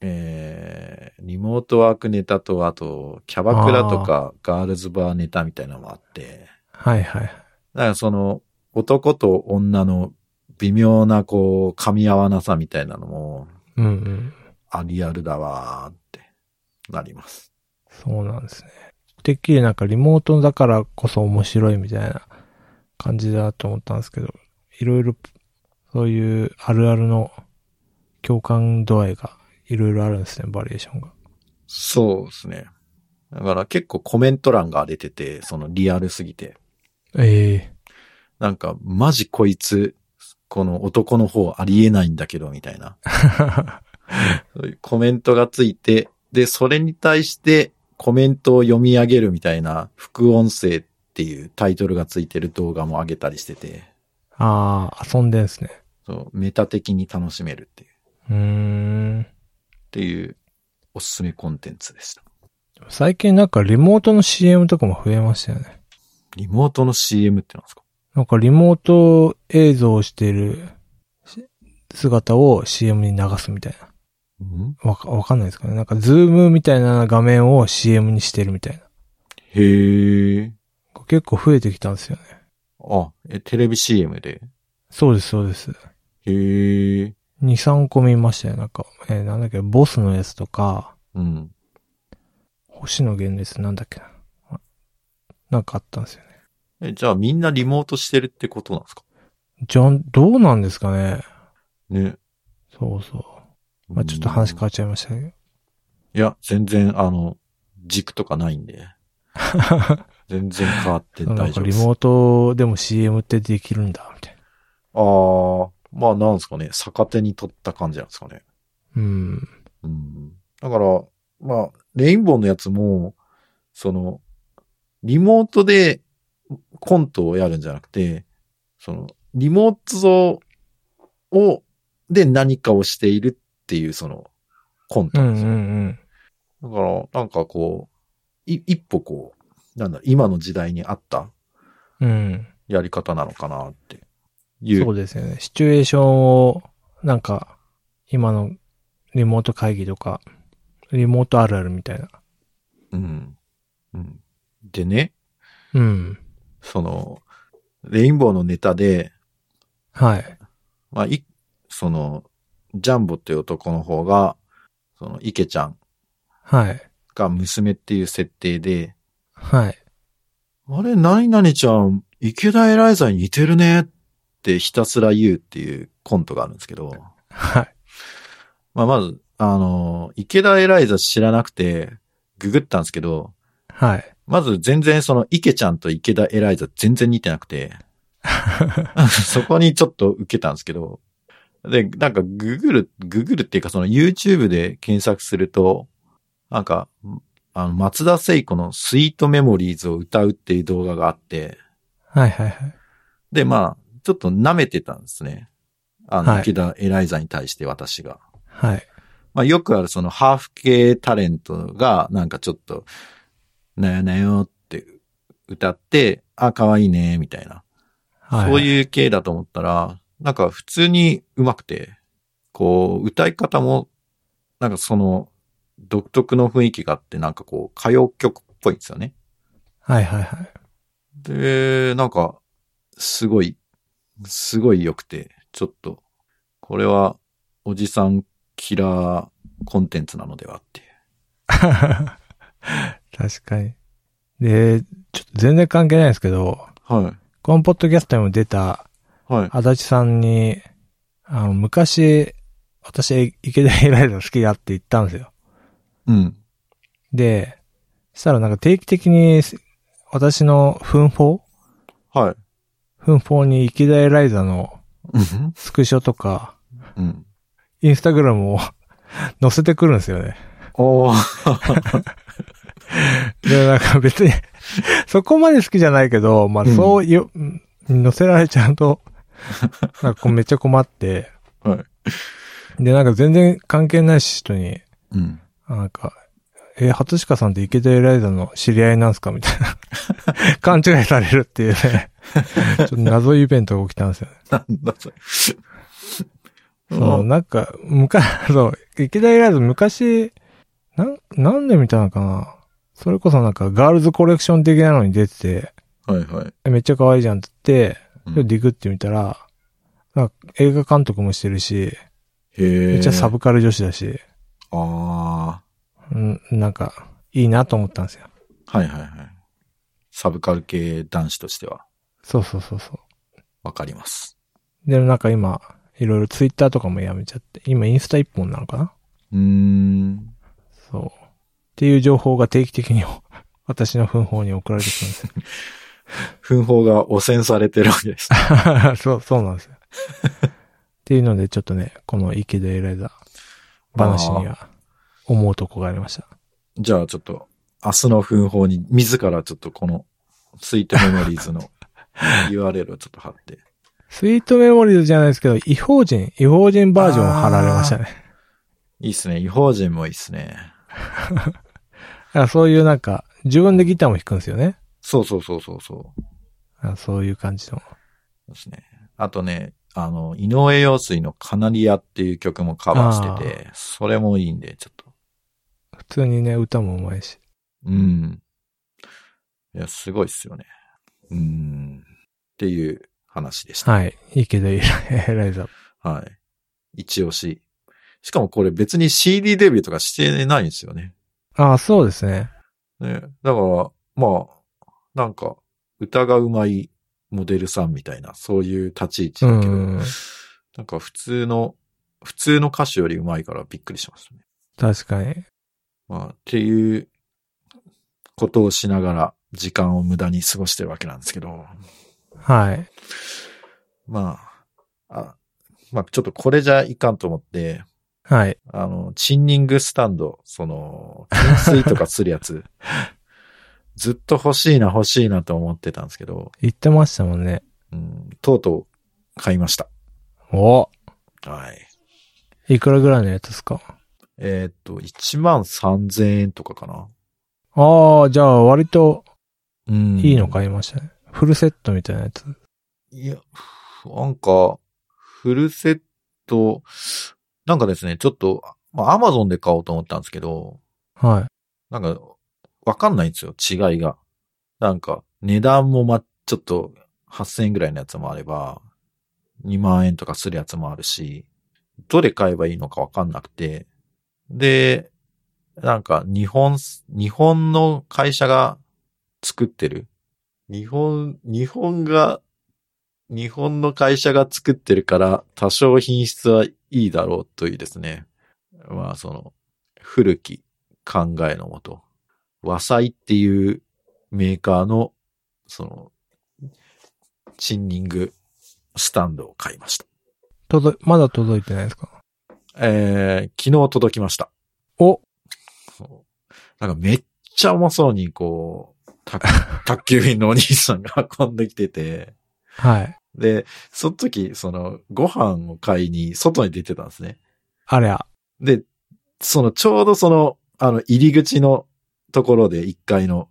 Speaker 2: えー、リモートワークネタと、あと、キャバクラとか、ガールズバーネタみたいなのもあって、
Speaker 1: はいはい。
Speaker 2: なんかその、男と女の微妙な、こう、噛み合わなさみたいなのも、
Speaker 1: うんうん。
Speaker 2: あ、リアルだわーって、なります。
Speaker 1: そうなんですね。てっきりなんかリモートだからこそ面白いみたいな感じだと思ったんですけど、いろいろ、そういうあるあるの共感度合いがいろいろあるんですね、バリエーションが。
Speaker 2: そうですね。だから結構コメント欄が出てて、そのリアルすぎて。
Speaker 1: ええ
Speaker 2: なんか、マジこいつ、この男の方ありえないんだけど、みたいな。そういうコメントがついて、で、それに対してコメントを読み上げるみたいな副音声っていうタイトルがついてる動画も上げたりしてて、
Speaker 1: ああ、遊んでんですね。
Speaker 2: そう、メタ的に楽しめるっていう、っ
Speaker 1: うーん。
Speaker 2: ていうおすすめコンテンツでした。
Speaker 1: 最近なんかリモートの CM とかも増えましたよね。
Speaker 2: リモートの CM ってなんですか
Speaker 1: なんかリモート映像をしてるし姿を CM に流すみたいな。
Speaker 2: ん
Speaker 1: わか、わかんないですかね。なんか、ズームみたいな画面を CM にしてるみたいな。
Speaker 2: へえ。
Speaker 1: これ結構増えてきたんですよね。
Speaker 2: あ、え、テレビ CM で。
Speaker 1: そうです、そうです。
Speaker 2: へえ。
Speaker 1: 2、3個見ましたよ。なんか、えーなんだっけ、ボスのやつとか、
Speaker 2: うん。
Speaker 1: 星野源のやつなんだっけな。なんかあったんですよね。
Speaker 2: え、じゃあみんなリモートしてるってことなんですか
Speaker 1: じゃん、どうなんですかね。
Speaker 2: ね。
Speaker 1: そうそう。まあ、ちょっと話変わっちゃいましたけど。
Speaker 2: いや、全然、あの、軸とかない んで。全然変わって
Speaker 1: な
Speaker 2: 大
Speaker 1: んか
Speaker 2: 丈夫で
Speaker 1: リ
Speaker 2: す。あ
Speaker 1: モートでも CM ってできるんだ、みたいな。
Speaker 2: あー、まあなんですかね。逆手に取った感じなんですかね。
Speaker 1: うん。
Speaker 2: うん。だから、まあ、レインボーのやつも、その、リモートでコントをやるんじゃなくて、その、リモートを、で何かをしているっていう、その、コント
Speaker 1: うんう
Speaker 2: なん
Speaker 1: ん
Speaker 2: ですよ。
Speaker 1: うん。
Speaker 2: だから、なんかこう、い一歩こう、なんだ、今の時代に合った
Speaker 1: うん。
Speaker 2: やり方なのかなってい。
Speaker 1: そううですよね。シチュエーションを、なんか、今のリモート会議とか、リモートあるあるみたいな。
Speaker 2: うん。うん。でね、
Speaker 1: うん。
Speaker 2: その、レインボーのネタで、
Speaker 1: はい。
Speaker 2: まあ、い、その、ジャンボっていう男の方が、その、池ちゃん
Speaker 1: はい。
Speaker 2: が娘っていう設定で、
Speaker 1: はい。
Speaker 2: あれ、何々ちゃん、池田エライザに似てるねってひたすら言うっていうコントがあるんですけど、
Speaker 1: はい。
Speaker 2: まあ、まず、あの、池田エライザ知らなくて、ググったんですけど、
Speaker 1: はい。
Speaker 2: まず全然その池ちゃんと池田エライザ全然似てな くて、そこにちょっと受けたんですけど、で、なんかググる、ググるっていうかその YouTube で検索すると、なんか、あの、松田聖子のスイートメモリーズを歌うっていう動画があって、
Speaker 1: はいはいはい。
Speaker 2: で、まあ、ちょっと舐めてたんですね。あの、
Speaker 1: はい
Speaker 2: 池田エライザに対して私が。
Speaker 1: はい。
Speaker 2: まあよくあるそのハーフ系タレントがなんかちょっと、なよなよって歌って、あ、可愛いね、みたいな。
Speaker 1: はい。
Speaker 2: そ
Speaker 1: う。
Speaker 2: ういう系だと思ったら、なんか普通に上手くて、こう、歌い方も、なんかその、独特の雰囲気があって、なんかこう、歌謡曲っぽいんですよね。
Speaker 1: はいはいはい。
Speaker 2: で、なんか、すごい、すごい良くて、ちょっと、これは、おじさんキラーコンテンツなのではっていう。
Speaker 1: 確かに。で、ちょっと全然関係ないんですけど、
Speaker 2: は
Speaker 1: このポッドキャストにも出た、
Speaker 2: い。はい。
Speaker 1: 足立さんに、あの、昔、私、池田エライザ好きだって言ったんですよ。
Speaker 2: うん。
Speaker 1: で、そしたらなんか定期的に、私の奮法
Speaker 2: はい。
Speaker 1: 奮法に池田エライザの
Speaker 2: うん
Speaker 1: スクショとか、
Speaker 2: うん。
Speaker 1: インスタグラムを 載せてくるんですよね。
Speaker 2: おー。
Speaker 1: で、なんか別に、 そこまで好きじゃないけど、まあ
Speaker 2: うん
Speaker 1: そうよ、うん載せられちゃうと、なんかこうめっちゃ困って、
Speaker 2: は
Speaker 1: で、なんか全然関係ない人に、
Speaker 2: うん。
Speaker 1: あなんか、え、初鹿さんって池田エライザの知り合いなんすかみたいな。 勘違いされるっていうね。 ちょっと謎イベントが起きたんですよね。
Speaker 2: なんだそれ。
Speaker 1: そう、なんか、昔、そう、池田エライザ昔、なん、なんで見たのかなそれこそなんか、ガールズコレクション的なのに出てて、
Speaker 2: はいはい。
Speaker 1: えめっちゃ可愛いじゃんって言って、
Speaker 2: うん
Speaker 1: それディグってみたら、なんか映画監督もしてるし、
Speaker 2: へえ。
Speaker 1: めっちゃサ。ブカル女子だし、
Speaker 2: あ
Speaker 1: うん、なんか、いいなと思ったんですよ。
Speaker 2: ー。はいはいはい。サブカル系男子としては、
Speaker 1: そうそうそうそう。
Speaker 2: わかります。
Speaker 1: でもなんか今、いろいろツイッターとかもやめちゃって、今インスタ一本なのかな
Speaker 2: うーん。
Speaker 1: そう。っていう情報が定期的に 私の奮法に送られてくるんですよ。
Speaker 2: 奮法が汚染されてるわけ です。
Speaker 1: そう、そうなんですよ。っていうので、ちょっとね、この池田エライザ話には思うとこがありました。
Speaker 2: じゃあちょっと、明日の奮法に、自らちょっとこの、スイートメモリーズ の URL をちょっと貼って。
Speaker 1: スイートメモリーズじゃないですけど、違法人、違法人バージョンを貼られましたね。
Speaker 2: いいっすね。違法人もいいっすね。
Speaker 1: だからそういうなんか、自分でギターも弾くんですよね。
Speaker 2: そうそうそうそうそう。
Speaker 1: あそういう感じの。
Speaker 2: そうですね。あとね、あの、井上陽水のカナリアっていう曲もカバーしてて、それもいいんで、ちょっと。
Speaker 1: 普通にね、歌も上手いし。
Speaker 2: うん。いや、すごいっすよね。うん。っていう話でした。
Speaker 1: はい。池田エラエライザ。
Speaker 2: はい。一押し。しかもこれ別に CD デビューとかしてないんですよね。
Speaker 1: あそうですね。
Speaker 2: ね。だから、まあ、なんか、歌がうまいモデルさんみたいな、そういう立ち位置
Speaker 1: う
Speaker 2: だけど、
Speaker 1: ん。
Speaker 2: なんか普通の、普通の歌手よりうまいからびっくりしましたね。
Speaker 1: 確かに。
Speaker 2: まあ、っていうことをしながら時間を無駄に過ごしてるわけなんですけど、
Speaker 1: はい。
Speaker 2: まあ、あまあ、ちょっとこれじゃいかんと思って、
Speaker 1: はい。
Speaker 2: あの、チンニングスタンド、その、噴水とかするやつ、 ずっと欲しいな欲しいなと思ってたんですけど、
Speaker 1: 言ってましたもんね。
Speaker 2: うん、とうとう買いました。
Speaker 1: お
Speaker 2: はい。
Speaker 1: いくらぐらいのやつですか
Speaker 2: えーっと、1万3000円とかかな。
Speaker 1: ああ、じゃあ割と
Speaker 2: うん。
Speaker 1: いいの買いましたね。フルセットみたいなやつ。
Speaker 2: いや、なんか、フルセット、なんかですね、ちょっと、まあ、アマゾンで買おうと思ったんですけど、
Speaker 1: は
Speaker 2: なんか、わかんないんですよ、違いが。なんか、値段もま、ちょっと、8000円ぐらいのやつもあれば、2万円とかするやつもあるし、どれ買えばいいのかわかんなくて、で、なんか、日本、日本の会社が作ってる日本、日本が、日本の会社が作ってるから多少品質はいいだろうというですね。まあその古き考えのもと、和裁っていうメーカーのそのチンニングスタンドを買いました。
Speaker 1: 届い、まだ届いてないですか
Speaker 2: えー、昨日届きました。
Speaker 1: お
Speaker 2: そうなんかめっちゃうまそうにこう、宅宅急便のお兄さんが運んできてて、
Speaker 1: はい。
Speaker 2: で、その時、その、ご飯を買いに外に出てたんですね。
Speaker 1: あれや。
Speaker 2: で、その、ちょうどその、あの、入り口のところで1階の、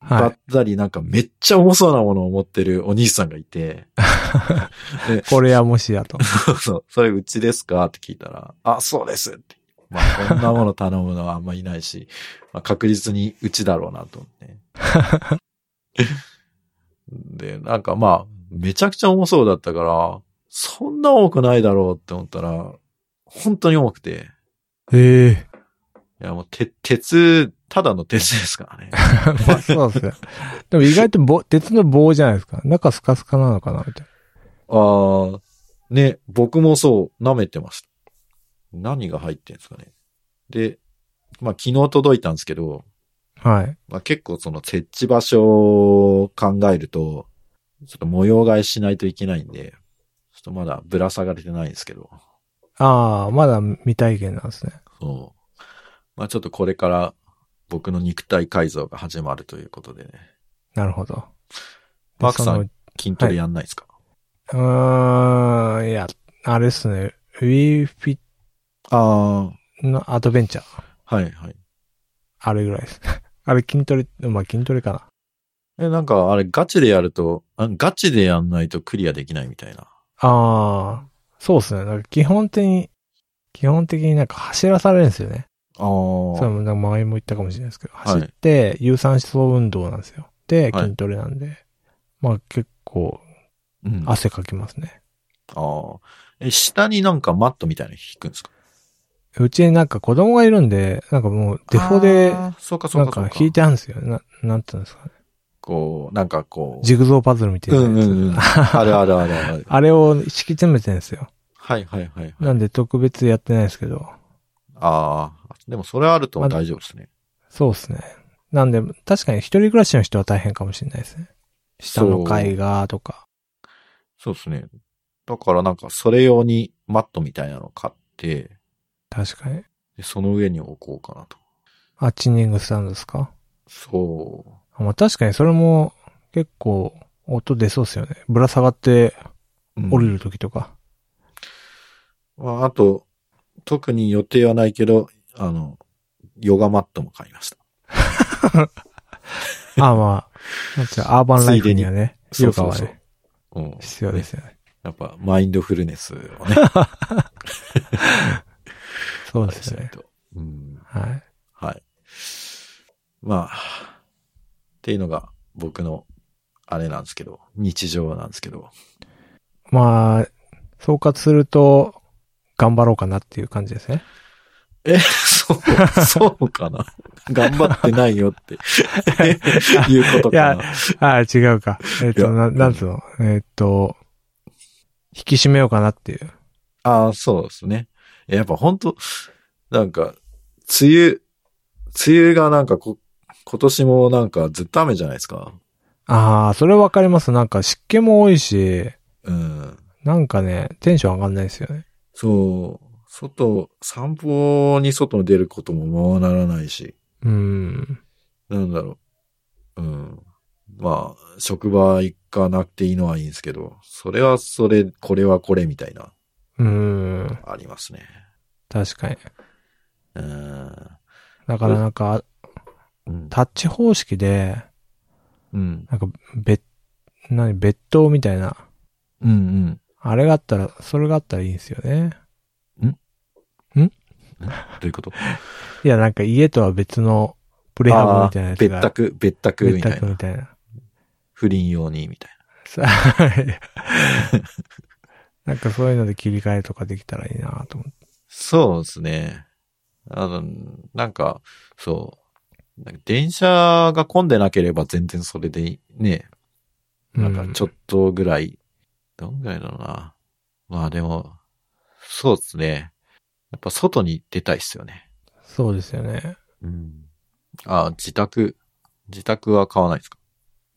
Speaker 2: ば
Speaker 1: は
Speaker 2: ったりなんかめっちゃ重そうなものを持ってるお兄さんがいて、
Speaker 1: い。これやもしやと。
Speaker 2: そう、それうちですかって聞いたら、あ、そうですって。まあ、こんなもの頼むのはあんまいないし、 まあ、確実にうちだろうなと思って。 で、なんかまあ、めちゃくちゃ重そうだったから、そんな重くないだろうって思ったら、本当に重くて、
Speaker 1: へえ。
Speaker 2: いやもう、鉄、鉄、ただの鉄ですからね。
Speaker 1: まあそうですね。でも意外と棒、鉄の棒じゃないですか。中スカスカなのかなみたい
Speaker 2: ああ、ね、僕もそう、舐めてました。何が入ってんですかね。で、まあ昨日届いたんですけど、
Speaker 1: な。はい。
Speaker 2: まあ結構その設置場所を考えると、ちょっと模様替えしないといけないんで、ちょっとまだぶら下がれてないんですけど、
Speaker 1: ああ、まだ未体験なんですね。
Speaker 2: そう。まあちょっとこれから僕の肉体改造が始まるということでね。
Speaker 1: なるほど。で
Speaker 2: マークさん
Speaker 1: その
Speaker 2: 筋トレやんないですか、
Speaker 1: うーん、いや、あれですね。Wii Fit
Speaker 2: あ
Speaker 1: のアドベンチャー。
Speaker 2: あ、はいはい。
Speaker 1: あれぐらいです。 あれ筋トレ、まあ筋トレかな。
Speaker 2: え、なんかあれガチでやると、あガチでやんないとクリアできないみたいな。
Speaker 1: ああ、そうですね。なんか基本的に、基本的になんか走らされるんですよね。
Speaker 2: ああ。
Speaker 1: それもなんか前も言ったかもしれないですけど、
Speaker 2: はい
Speaker 1: 走って有酸素運動なんですよ。で、
Speaker 2: はい
Speaker 1: 筋トレなんで。まあ結構
Speaker 2: うん、あ
Speaker 1: 汗かきますね。
Speaker 2: あ。え、下になんかマットみたいなの引くんですか
Speaker 1: うちになんか子供がいるんで、なんかもうデフォで、
Speaker 2: あーそうかそ
Speaker 1: な
Speaker 2: うんかそう
Speaker 1: か
Speaker 2: か。
Speaker 1: 引いてあるんですよ。な、なんていうんですかね。
Speaker 2: こう、なんかこう。
Speaker 1: ジグゾーパズルみたいなやつ。
Speaker 2: うん。あるあるあるある。
Speaker 1: あれを敷き詰めてるんですよ。
Speaker 2: はいはいはい。
Speaker 1: なんで特別やってないですけど。
Speaker 2: ああ。でもそれあると大丈夫ですね。
Speaker 1: そうですね。なんで、確かに一人暮らしの人は大変かもしれないですね。下の階がとか。
Speaker 2: そうですね。だからなんかそれ用にマットみたいなの買って、
Speaker 1: 確かに。
Speaker 2: でその上に置こうかなと。
Speaker 1: あ、チンニングスタンドですか
Speaker 2: そ
Speaker 1: まあ確かにそれも結構音出そうですよね。ぶら下がって
Speaker 2: う。うん
Speaker 1: 降りるときとか。
Speaker 2: まあ、あと、特に予定はないけど、あの、ヨガマットも買いました。
Speaker 1: ああまあ、なんちゃアーバンライフにはね、
Speaker 2: ついでに
Speaker 1: ヨガは
Speaker 2: そうそう
Speaker 1: ね、
Speaker 2: うん。
Speaker 1: 必要ですよね。
Speaker 2: やっぱ、マインドフルネスをね、
Speaker 1: そう
Speaker 2: あ
Speaker 1: で
Speaker 2: れ
Speaker 1: す
Speaker 2: しな
Speaker 1: よ
Speaker 2: い
Speaker 1: ね。
Speaker 2: と。うん。
Speaker 1: はい。
Speaker 2: はい。まあ、っていうのが僕の、あれなんですけど、日常なんですけど。
Speaker 1: まあ、総括すると、頑張ろうかなっていう感じですね。
Speaker 2: え、 そう、そうかな頑張ってないよ って、いうことかな。
Speaker 1: ああ、違うか。えっ、
Speaker 2: いや
Speaker 1: と、ななんつうのえっ、と、引き締めようかなっていう。
Speaker 2: ああ、そうですね。えやっぱ本当なんか、梅雨、梅雨がなんかこ、今年もなんかずっと雨じゃないですか。
Speaker 1: ああ、それわかります。なんか湿気も多いし、
Speaker 2: うん。
Speaker 1: なんかね、テンション上がんないですよね。
Speaker 2: そう。外、散歩に外に出ることもままならないし。
Speaker 1: うん。
Speaker 2: なんだろう。うん。まあ、職場行かなくていいのはいいんですけど、それはそれ、これはこれみたいな、
Speaker 1: うん。
Speaker 2: ありますね。
Speaker 1: 確かに。
Speaker 2: うん。
Speaker 1: だからなんか、
Speaker 2: うん。
Speaker 1: タッチ方式で、
Speaker 2: うん。
Speaker 1: なんか、べ、何、別棟みたいな。
Speaker 2: うんうん。
Speaker 1: あれがあったら、それがあったらいいんですよね。
Speaker 2: どういうこと
Speaker 1: いや、なんか家とは別のプレハブみたいなやつ
Speaker 2: あ
Speaker 1: が。
Speaker 2: ー別宅、別宅みたい
Speaker 1: 別宅
Speaker 2: な
Speaker 1: み。たいな。
Speaker 2: 不倫用に、みたい
Speaker 1: さあなんかそういうので切り替えとかできたらいいなと思って。
Speaker 2: な。そうですね。あの、なんか、そう。なんか電車が混んでなければ全然それでいいね、なんかちょ
Speaker 1: っ
Speaker 2: っとぐらい、どんぐらいだろうな。まあでも、そうですね。やっぱ外に出たいっすよね。
Speaker 1: と。そうですよね。
Speaker 2: うん。あ、自宅、自宅は買わないですか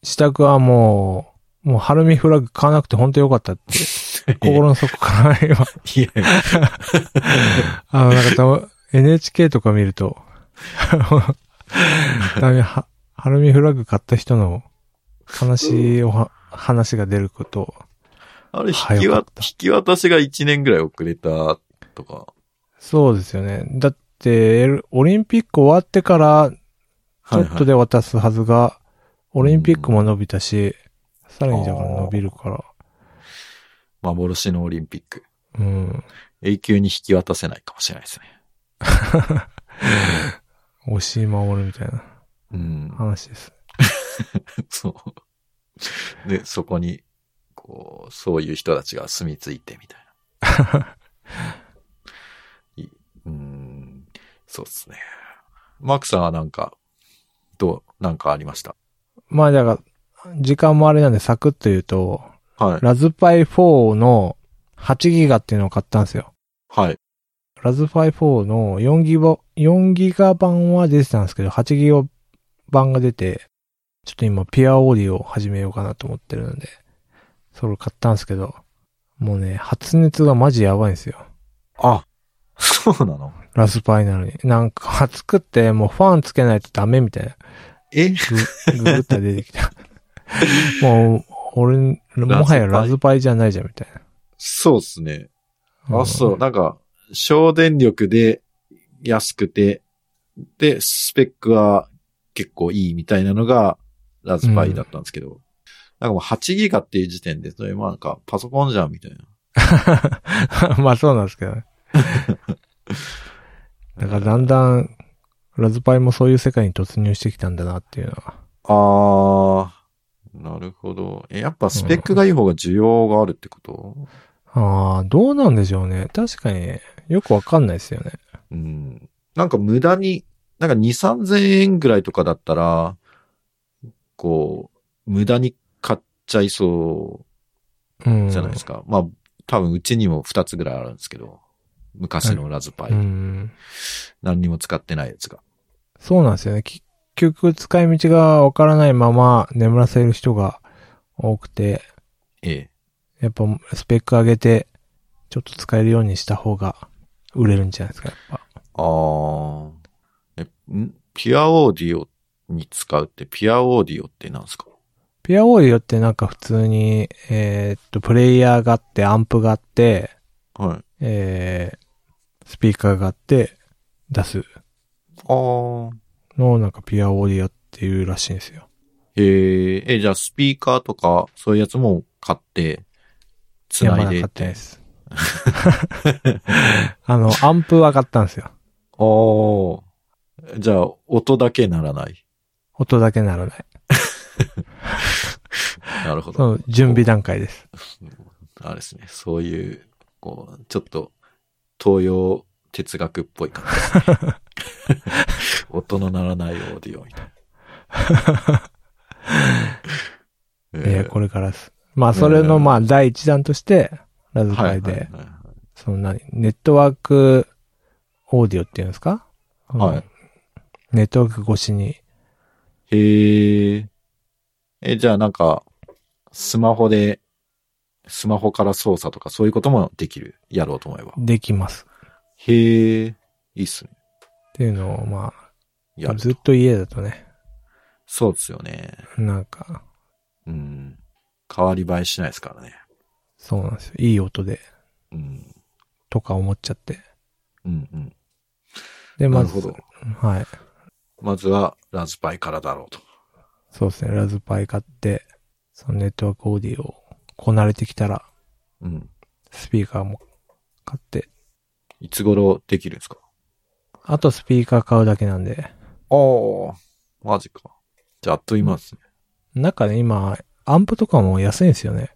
Speaker 1: 自宅はもう、もう、ハルミフラッグ買わなくて本当よかったって、心の底から今、
Speaker 2: いやいや
Speaker 1: あの、なんかたま、NHK とか見る と、たまには、ハルミフラッグ買った人の悲しいおは話が出ることを、
Speaker 2: あれ
Speaker 1: 早
Speaker 2: 引き
Speaker 1: か
Speaker 2: わ
Speaker 1: った
Speaker 2: 引き渡しが1年ぐらい遅れたとか。
Speaker 1: そうですよね。だって、エルオリンピック終わってから、ちょっとで渡すはずが、オリンピックも伸びたし、さらにだから伸びるから、
Speaker 2: 幻のオリンピック。
Speaker 1: うん、
Speaker 2: 永久に引き渡せないかもしれないですね。
Speaker 1: 押し守るみたいな
Speaker 2: うん。
Speaker 1: 話です。
Speaker 2: そう。で、そこに、こう、そういう人たちが住み着いてみたいな。いうん、そうですね。マークさんはなんか、どう、なんかありました
Speaker 1: まあ、だから、時間もあれなんでサクッと言うと、
Speaker 2: はい。
Speaker 1: ラズパイ4の8ギガっていうのを買ったんですよ。
Speaker 2: はい。
Speaker 1: ラズパイ4の4ギガ、4ギガ版は出てたんですけど、8ギガ版が出て、ちょっと今ピアオーディオを始めようかなと思ってるので、それを買ったんですけど、もうね、発熱がマジやばいんですよ。
Speaker 2: あ、そうなの
Speaker 1: ラズパイなのに。なんか暑くて、もうファンつけないとダメみたいな。
Speaker 2: え
Speaker 1: ググったら出てきた。もう、俺、もはやラズパイじゃないじゃんみたい
Speaker 2: そうですね。
Speaker 1: な。
Speaker 2: あ、そう。
Speaker 1: ん
Speaker 2: なんか、省電力で安くて、で、スペックは結構いいみたいなのが、ラズパイだったんですけど、なんかもう8ギガっていう時点で、それもなんかパソコンじゃんみたい な。
Speaker 1: まあそうなんですけど ね。だからだんだん、ラズパイもそういう世界に突入してきたんだなっていうのは。
Speaker 2: あー、なるほど。え、やっぱスペックがいい方が需要があるってこと、
Speaker 1: ああ、どうなんでしょうね。確かに、よくわかんないですよね。
Speaker 2: うん、なんか無駄に、なんか2、3000円ぐらいとかだったら、こう、無駄に買っちゃいそう
Speaker 1: うん。
Speaker 2: じゃないですか。まあ、多分うちにも2つぐらいあるんですけど、昔のラズパイ。
Speaker 1: うん。
Speaker 2: 何にも使ってないやつが。
Speaker 1: そうなんですよね。結局、使い道がわからないまま眠らせる人が多くて、
Speaker 2: ええ。
Speaker 1: やっぱスペック上げて、ちょっと使えるようにした方が売れるんじゃないですか、やっぱ。
Speaker 2: あーえんピアオーディオに使うって、ピアオーディオって何ですか
Speaker 1: ピアオーディオってなんか普通に、えーっと、プレイヤーがあって、アンプがあって、
Speaker 2: はい。
Speaker 1: えー、スピーカーがあって、出す
Speaker 2: あー
Speaker 1: のをなんかピアオーディオっていうらしいんですよ。
Speaker 2: へえ、え、じゃあスピーカーとか、そういうやつも買って、
Speaker 1: や
Speaker 2: 繋
Speaker 1: ま
Speaker 2: い
Speaker 1: だ
Speaker 2: で
Speaker 1: 買ってないです。 あの、アンプは買ったんですよ。
Speaker 2: あーじゃあ、音だけならない。
Speaker 1: 音だけならない。
Speaker 2: なるほど
Speaker 1: そ。の準備段階です。
Speaker 2: あれですね。そういう、こう、ちょっと、東洋哲学っぽい感 じですね。音の鳴らないオーディオみたいな。え
Speaker 1: えーこれからです。まあ、
Speaker 2: うん
Speaker 1: それの、まあ、第一弾として、ラズ
Speaker 2: は
Speaker 1: パ
Speaker 2: い
Speaker 1: イ
Speaker 2: はいはい
Speaker 1: で、その何、ネットワークオーディオっていうんですか
Speaker 2: はい。
Speaker 1: ネットワーク越しに。
Speaker 2: へえ。え、じゃあなんか、スマホで、スマホから操作とかそういうこともできる。やろうと思えば。
Speaker 1: できます。
Speaker 2: へえ、いいっすね。
Speaker 1: っていうのを、ま
Speaker 2: や
Speaker 1: あ、
Speaker 2: る
Speaker 1: ずっと家だとね、
Speaker 2: そうですよね。
Speaker 1: なんか、
Speaker 2: うん。変わり映えしないですからね。
Speaker 1: そうなんですよ。いい音で、
Speaker 2: うん。
Speaker 1: とか思っちゃって。
Speaker 2: うんうん。
Speaker 1: で、ま
Speaker 2: なる
Speaker 1: ず
Speaker 2: ほ、ど。
Speaker 1: はい。
Speaker 2: まずは、ラズパイからだろうと。
Speaker 1: そうですね。ラズパイ買って、そのネットワークオーディオをこなれてきたら、
Speaker 2: うん。
Speaker 1: スピーカーも買って、
Speaker 2: いつ頃できるんですか
Speaker 1: あとスピーカー買うだけなんで、
Speaker 2: ああ。マジか。じゃあ、あっという間ですね。
Speaker 1: なんかね、今、アンプとかも安いんですよね。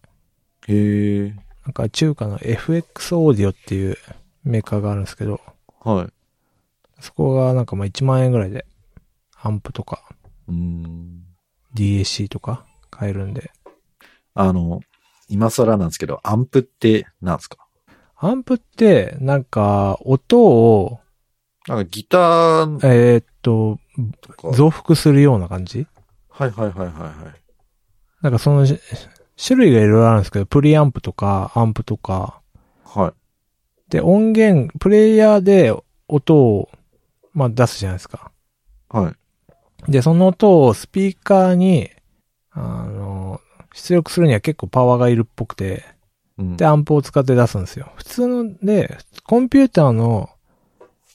Speaker 2: へえ。
Speaker 1: なんか中華の FX オーディオっていうメーカーがあるんですけど、
Speaker 2: はい。
Speaker 1: そこがなんかまあ1万円ぐらいで、アンプとか
Speaker 2: うーん。
Speaker 1: DAC とか買えるんで、
Speaker 2: あの、今更なんですけど、アンプってなんですか
Speaker 1: アンプって、なんか、音を、
Speaker 2: なんかギター
Speaker 1: えーっと、
Speaker 2: とか。
Speaker 1: 増幅するような感じ
Speaker 2: はいはいはいはいはい。
Speaker 1: なんかその、し種類がいろいろあるんですけど、プリアンプとか、アンプとか、
Speaker 2: はい。
Speaker 1: で、音源、プレイヤーで音を、まあ出すじゃないですか。
Speaker 2: はい。
Speaker 1: で、その音をスピーカーに、あの、出力するには結構パワーがいるっぽくて、
Speaker 2: うん
Speaker 1: で、アンプを使って出すんですよ。普通ので、コンピューターの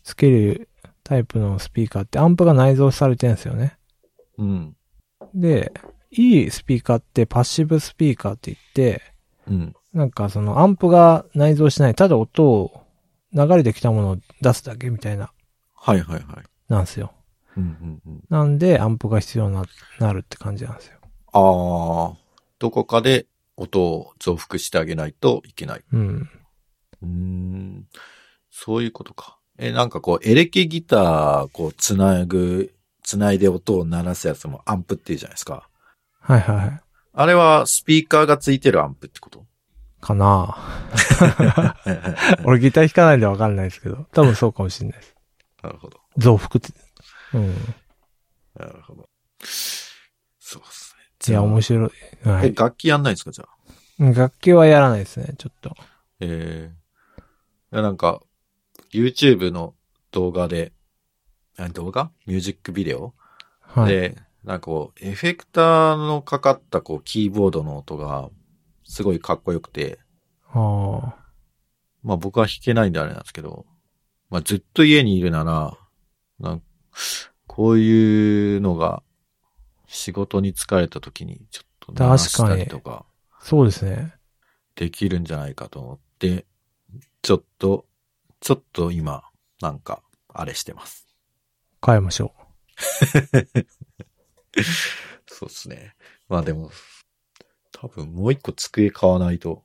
Speaker 1: つけるタイプのスピーカーってアンプが内蔵されてるんですよね。
Speaker 2: うん。
Speaker 1: で、いいスピーカーってパッシブスピーカーって言って、
Speaker 2: うん。
Speaker 1: なんかそのアンプが内蔵しない、ただ音を流れてきたものを出すだけみたいな、
Speaker 2: はいはいはい。
Speaker 1: なんですよ。
Speaker 2: うんうんうん。
Speaker 1: なんでアンプが必要な、なるって感じなんですよ。
Speaker 2: ああ、どこかで音を増幅してあげないといけない。
Speaker 1: うん。
Speaker 2: うーん。そういうことか。え、なんかこう、エレキギター、こう、つなぐ、つないで音を鳴らすやつもアンプっていうじゃないですか。
Speaker 1: はいはいはい。
Speaker 2: あれはスピーカーがついてるアンプってこと
Speaker 1: かなぁ
Speaker 2: はいは い
Speaker 1: 俺ギター弾かないんでわかんないですけど、多分そうかもしれないです。
Speaker 2: なるほど。
Speaker 1: 増幅って。うん。
Speaker 2: なるほど。そうです
Speaker 1: い
Speaker 2: ね。
Speaker 1: や、面白い。は
Speaker 2: え、
Speaker 1: い。
Speaker 2: 楽器やんないんですかじゃあ。
Speaker 1: 楽器はやらないですね、ちょっと。
Speaker 2: ええいやなんか、YouTube の動画で、あ動画ミュージックビデオ、
Speaker 1: はい。
Speaker 2: で、なんかこう、エフェクターのかかったこう、キーボードの音が、すごいかっこよくて、
Speaker 1: あ
Speaker 2: まあ僕は弾けないんであれなんですけど、まあずっと家にいるなら、なんこういうのが、仕事に疲れた時に、ちょっと鳴らしたりとか、
Speaker 1: あ。そうですね。
Speaker 2: できるんじゃないかと思って、ちょっと、ちょっと今、なんか、あれしてます。
Speaker 1: 変えましょ
Speaker 2: そうですね。まあでも、多分もう一個机買わな いと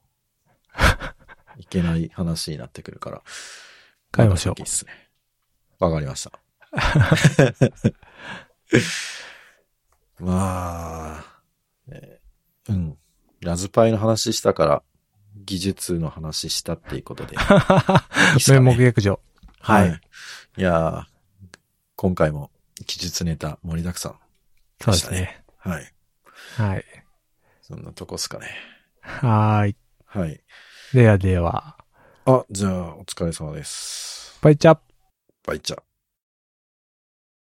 Speaker 2: いけない話になってくるから。
Speaker 1: 買いましょう
Speaker 2: だ先っすね。わかり ました。まあ、ねうん。ラズパイの話したから、技術の話したってい うことで。
Speaker 1: う。
Speaker 2: っすかね
Speaker 1: 面目劇場。
Speaker 2: は
Speaker 1: はい
Speaker 2: い。いやー今回も技術ネタ盛りだくさん。
Speaker 1: そうですね。
Speaker 2: はい。
Speaker 1: はい。
Speaker 2: そんなとこっすかね。
Speaker 1: はーい。
Speaker 2: はい。
Speaker 1: ではでは。
Speaker 2: あ、じゃあ、お疲れ様です。
Speaker 1: バイチャ
Speaker 2: バイチャ。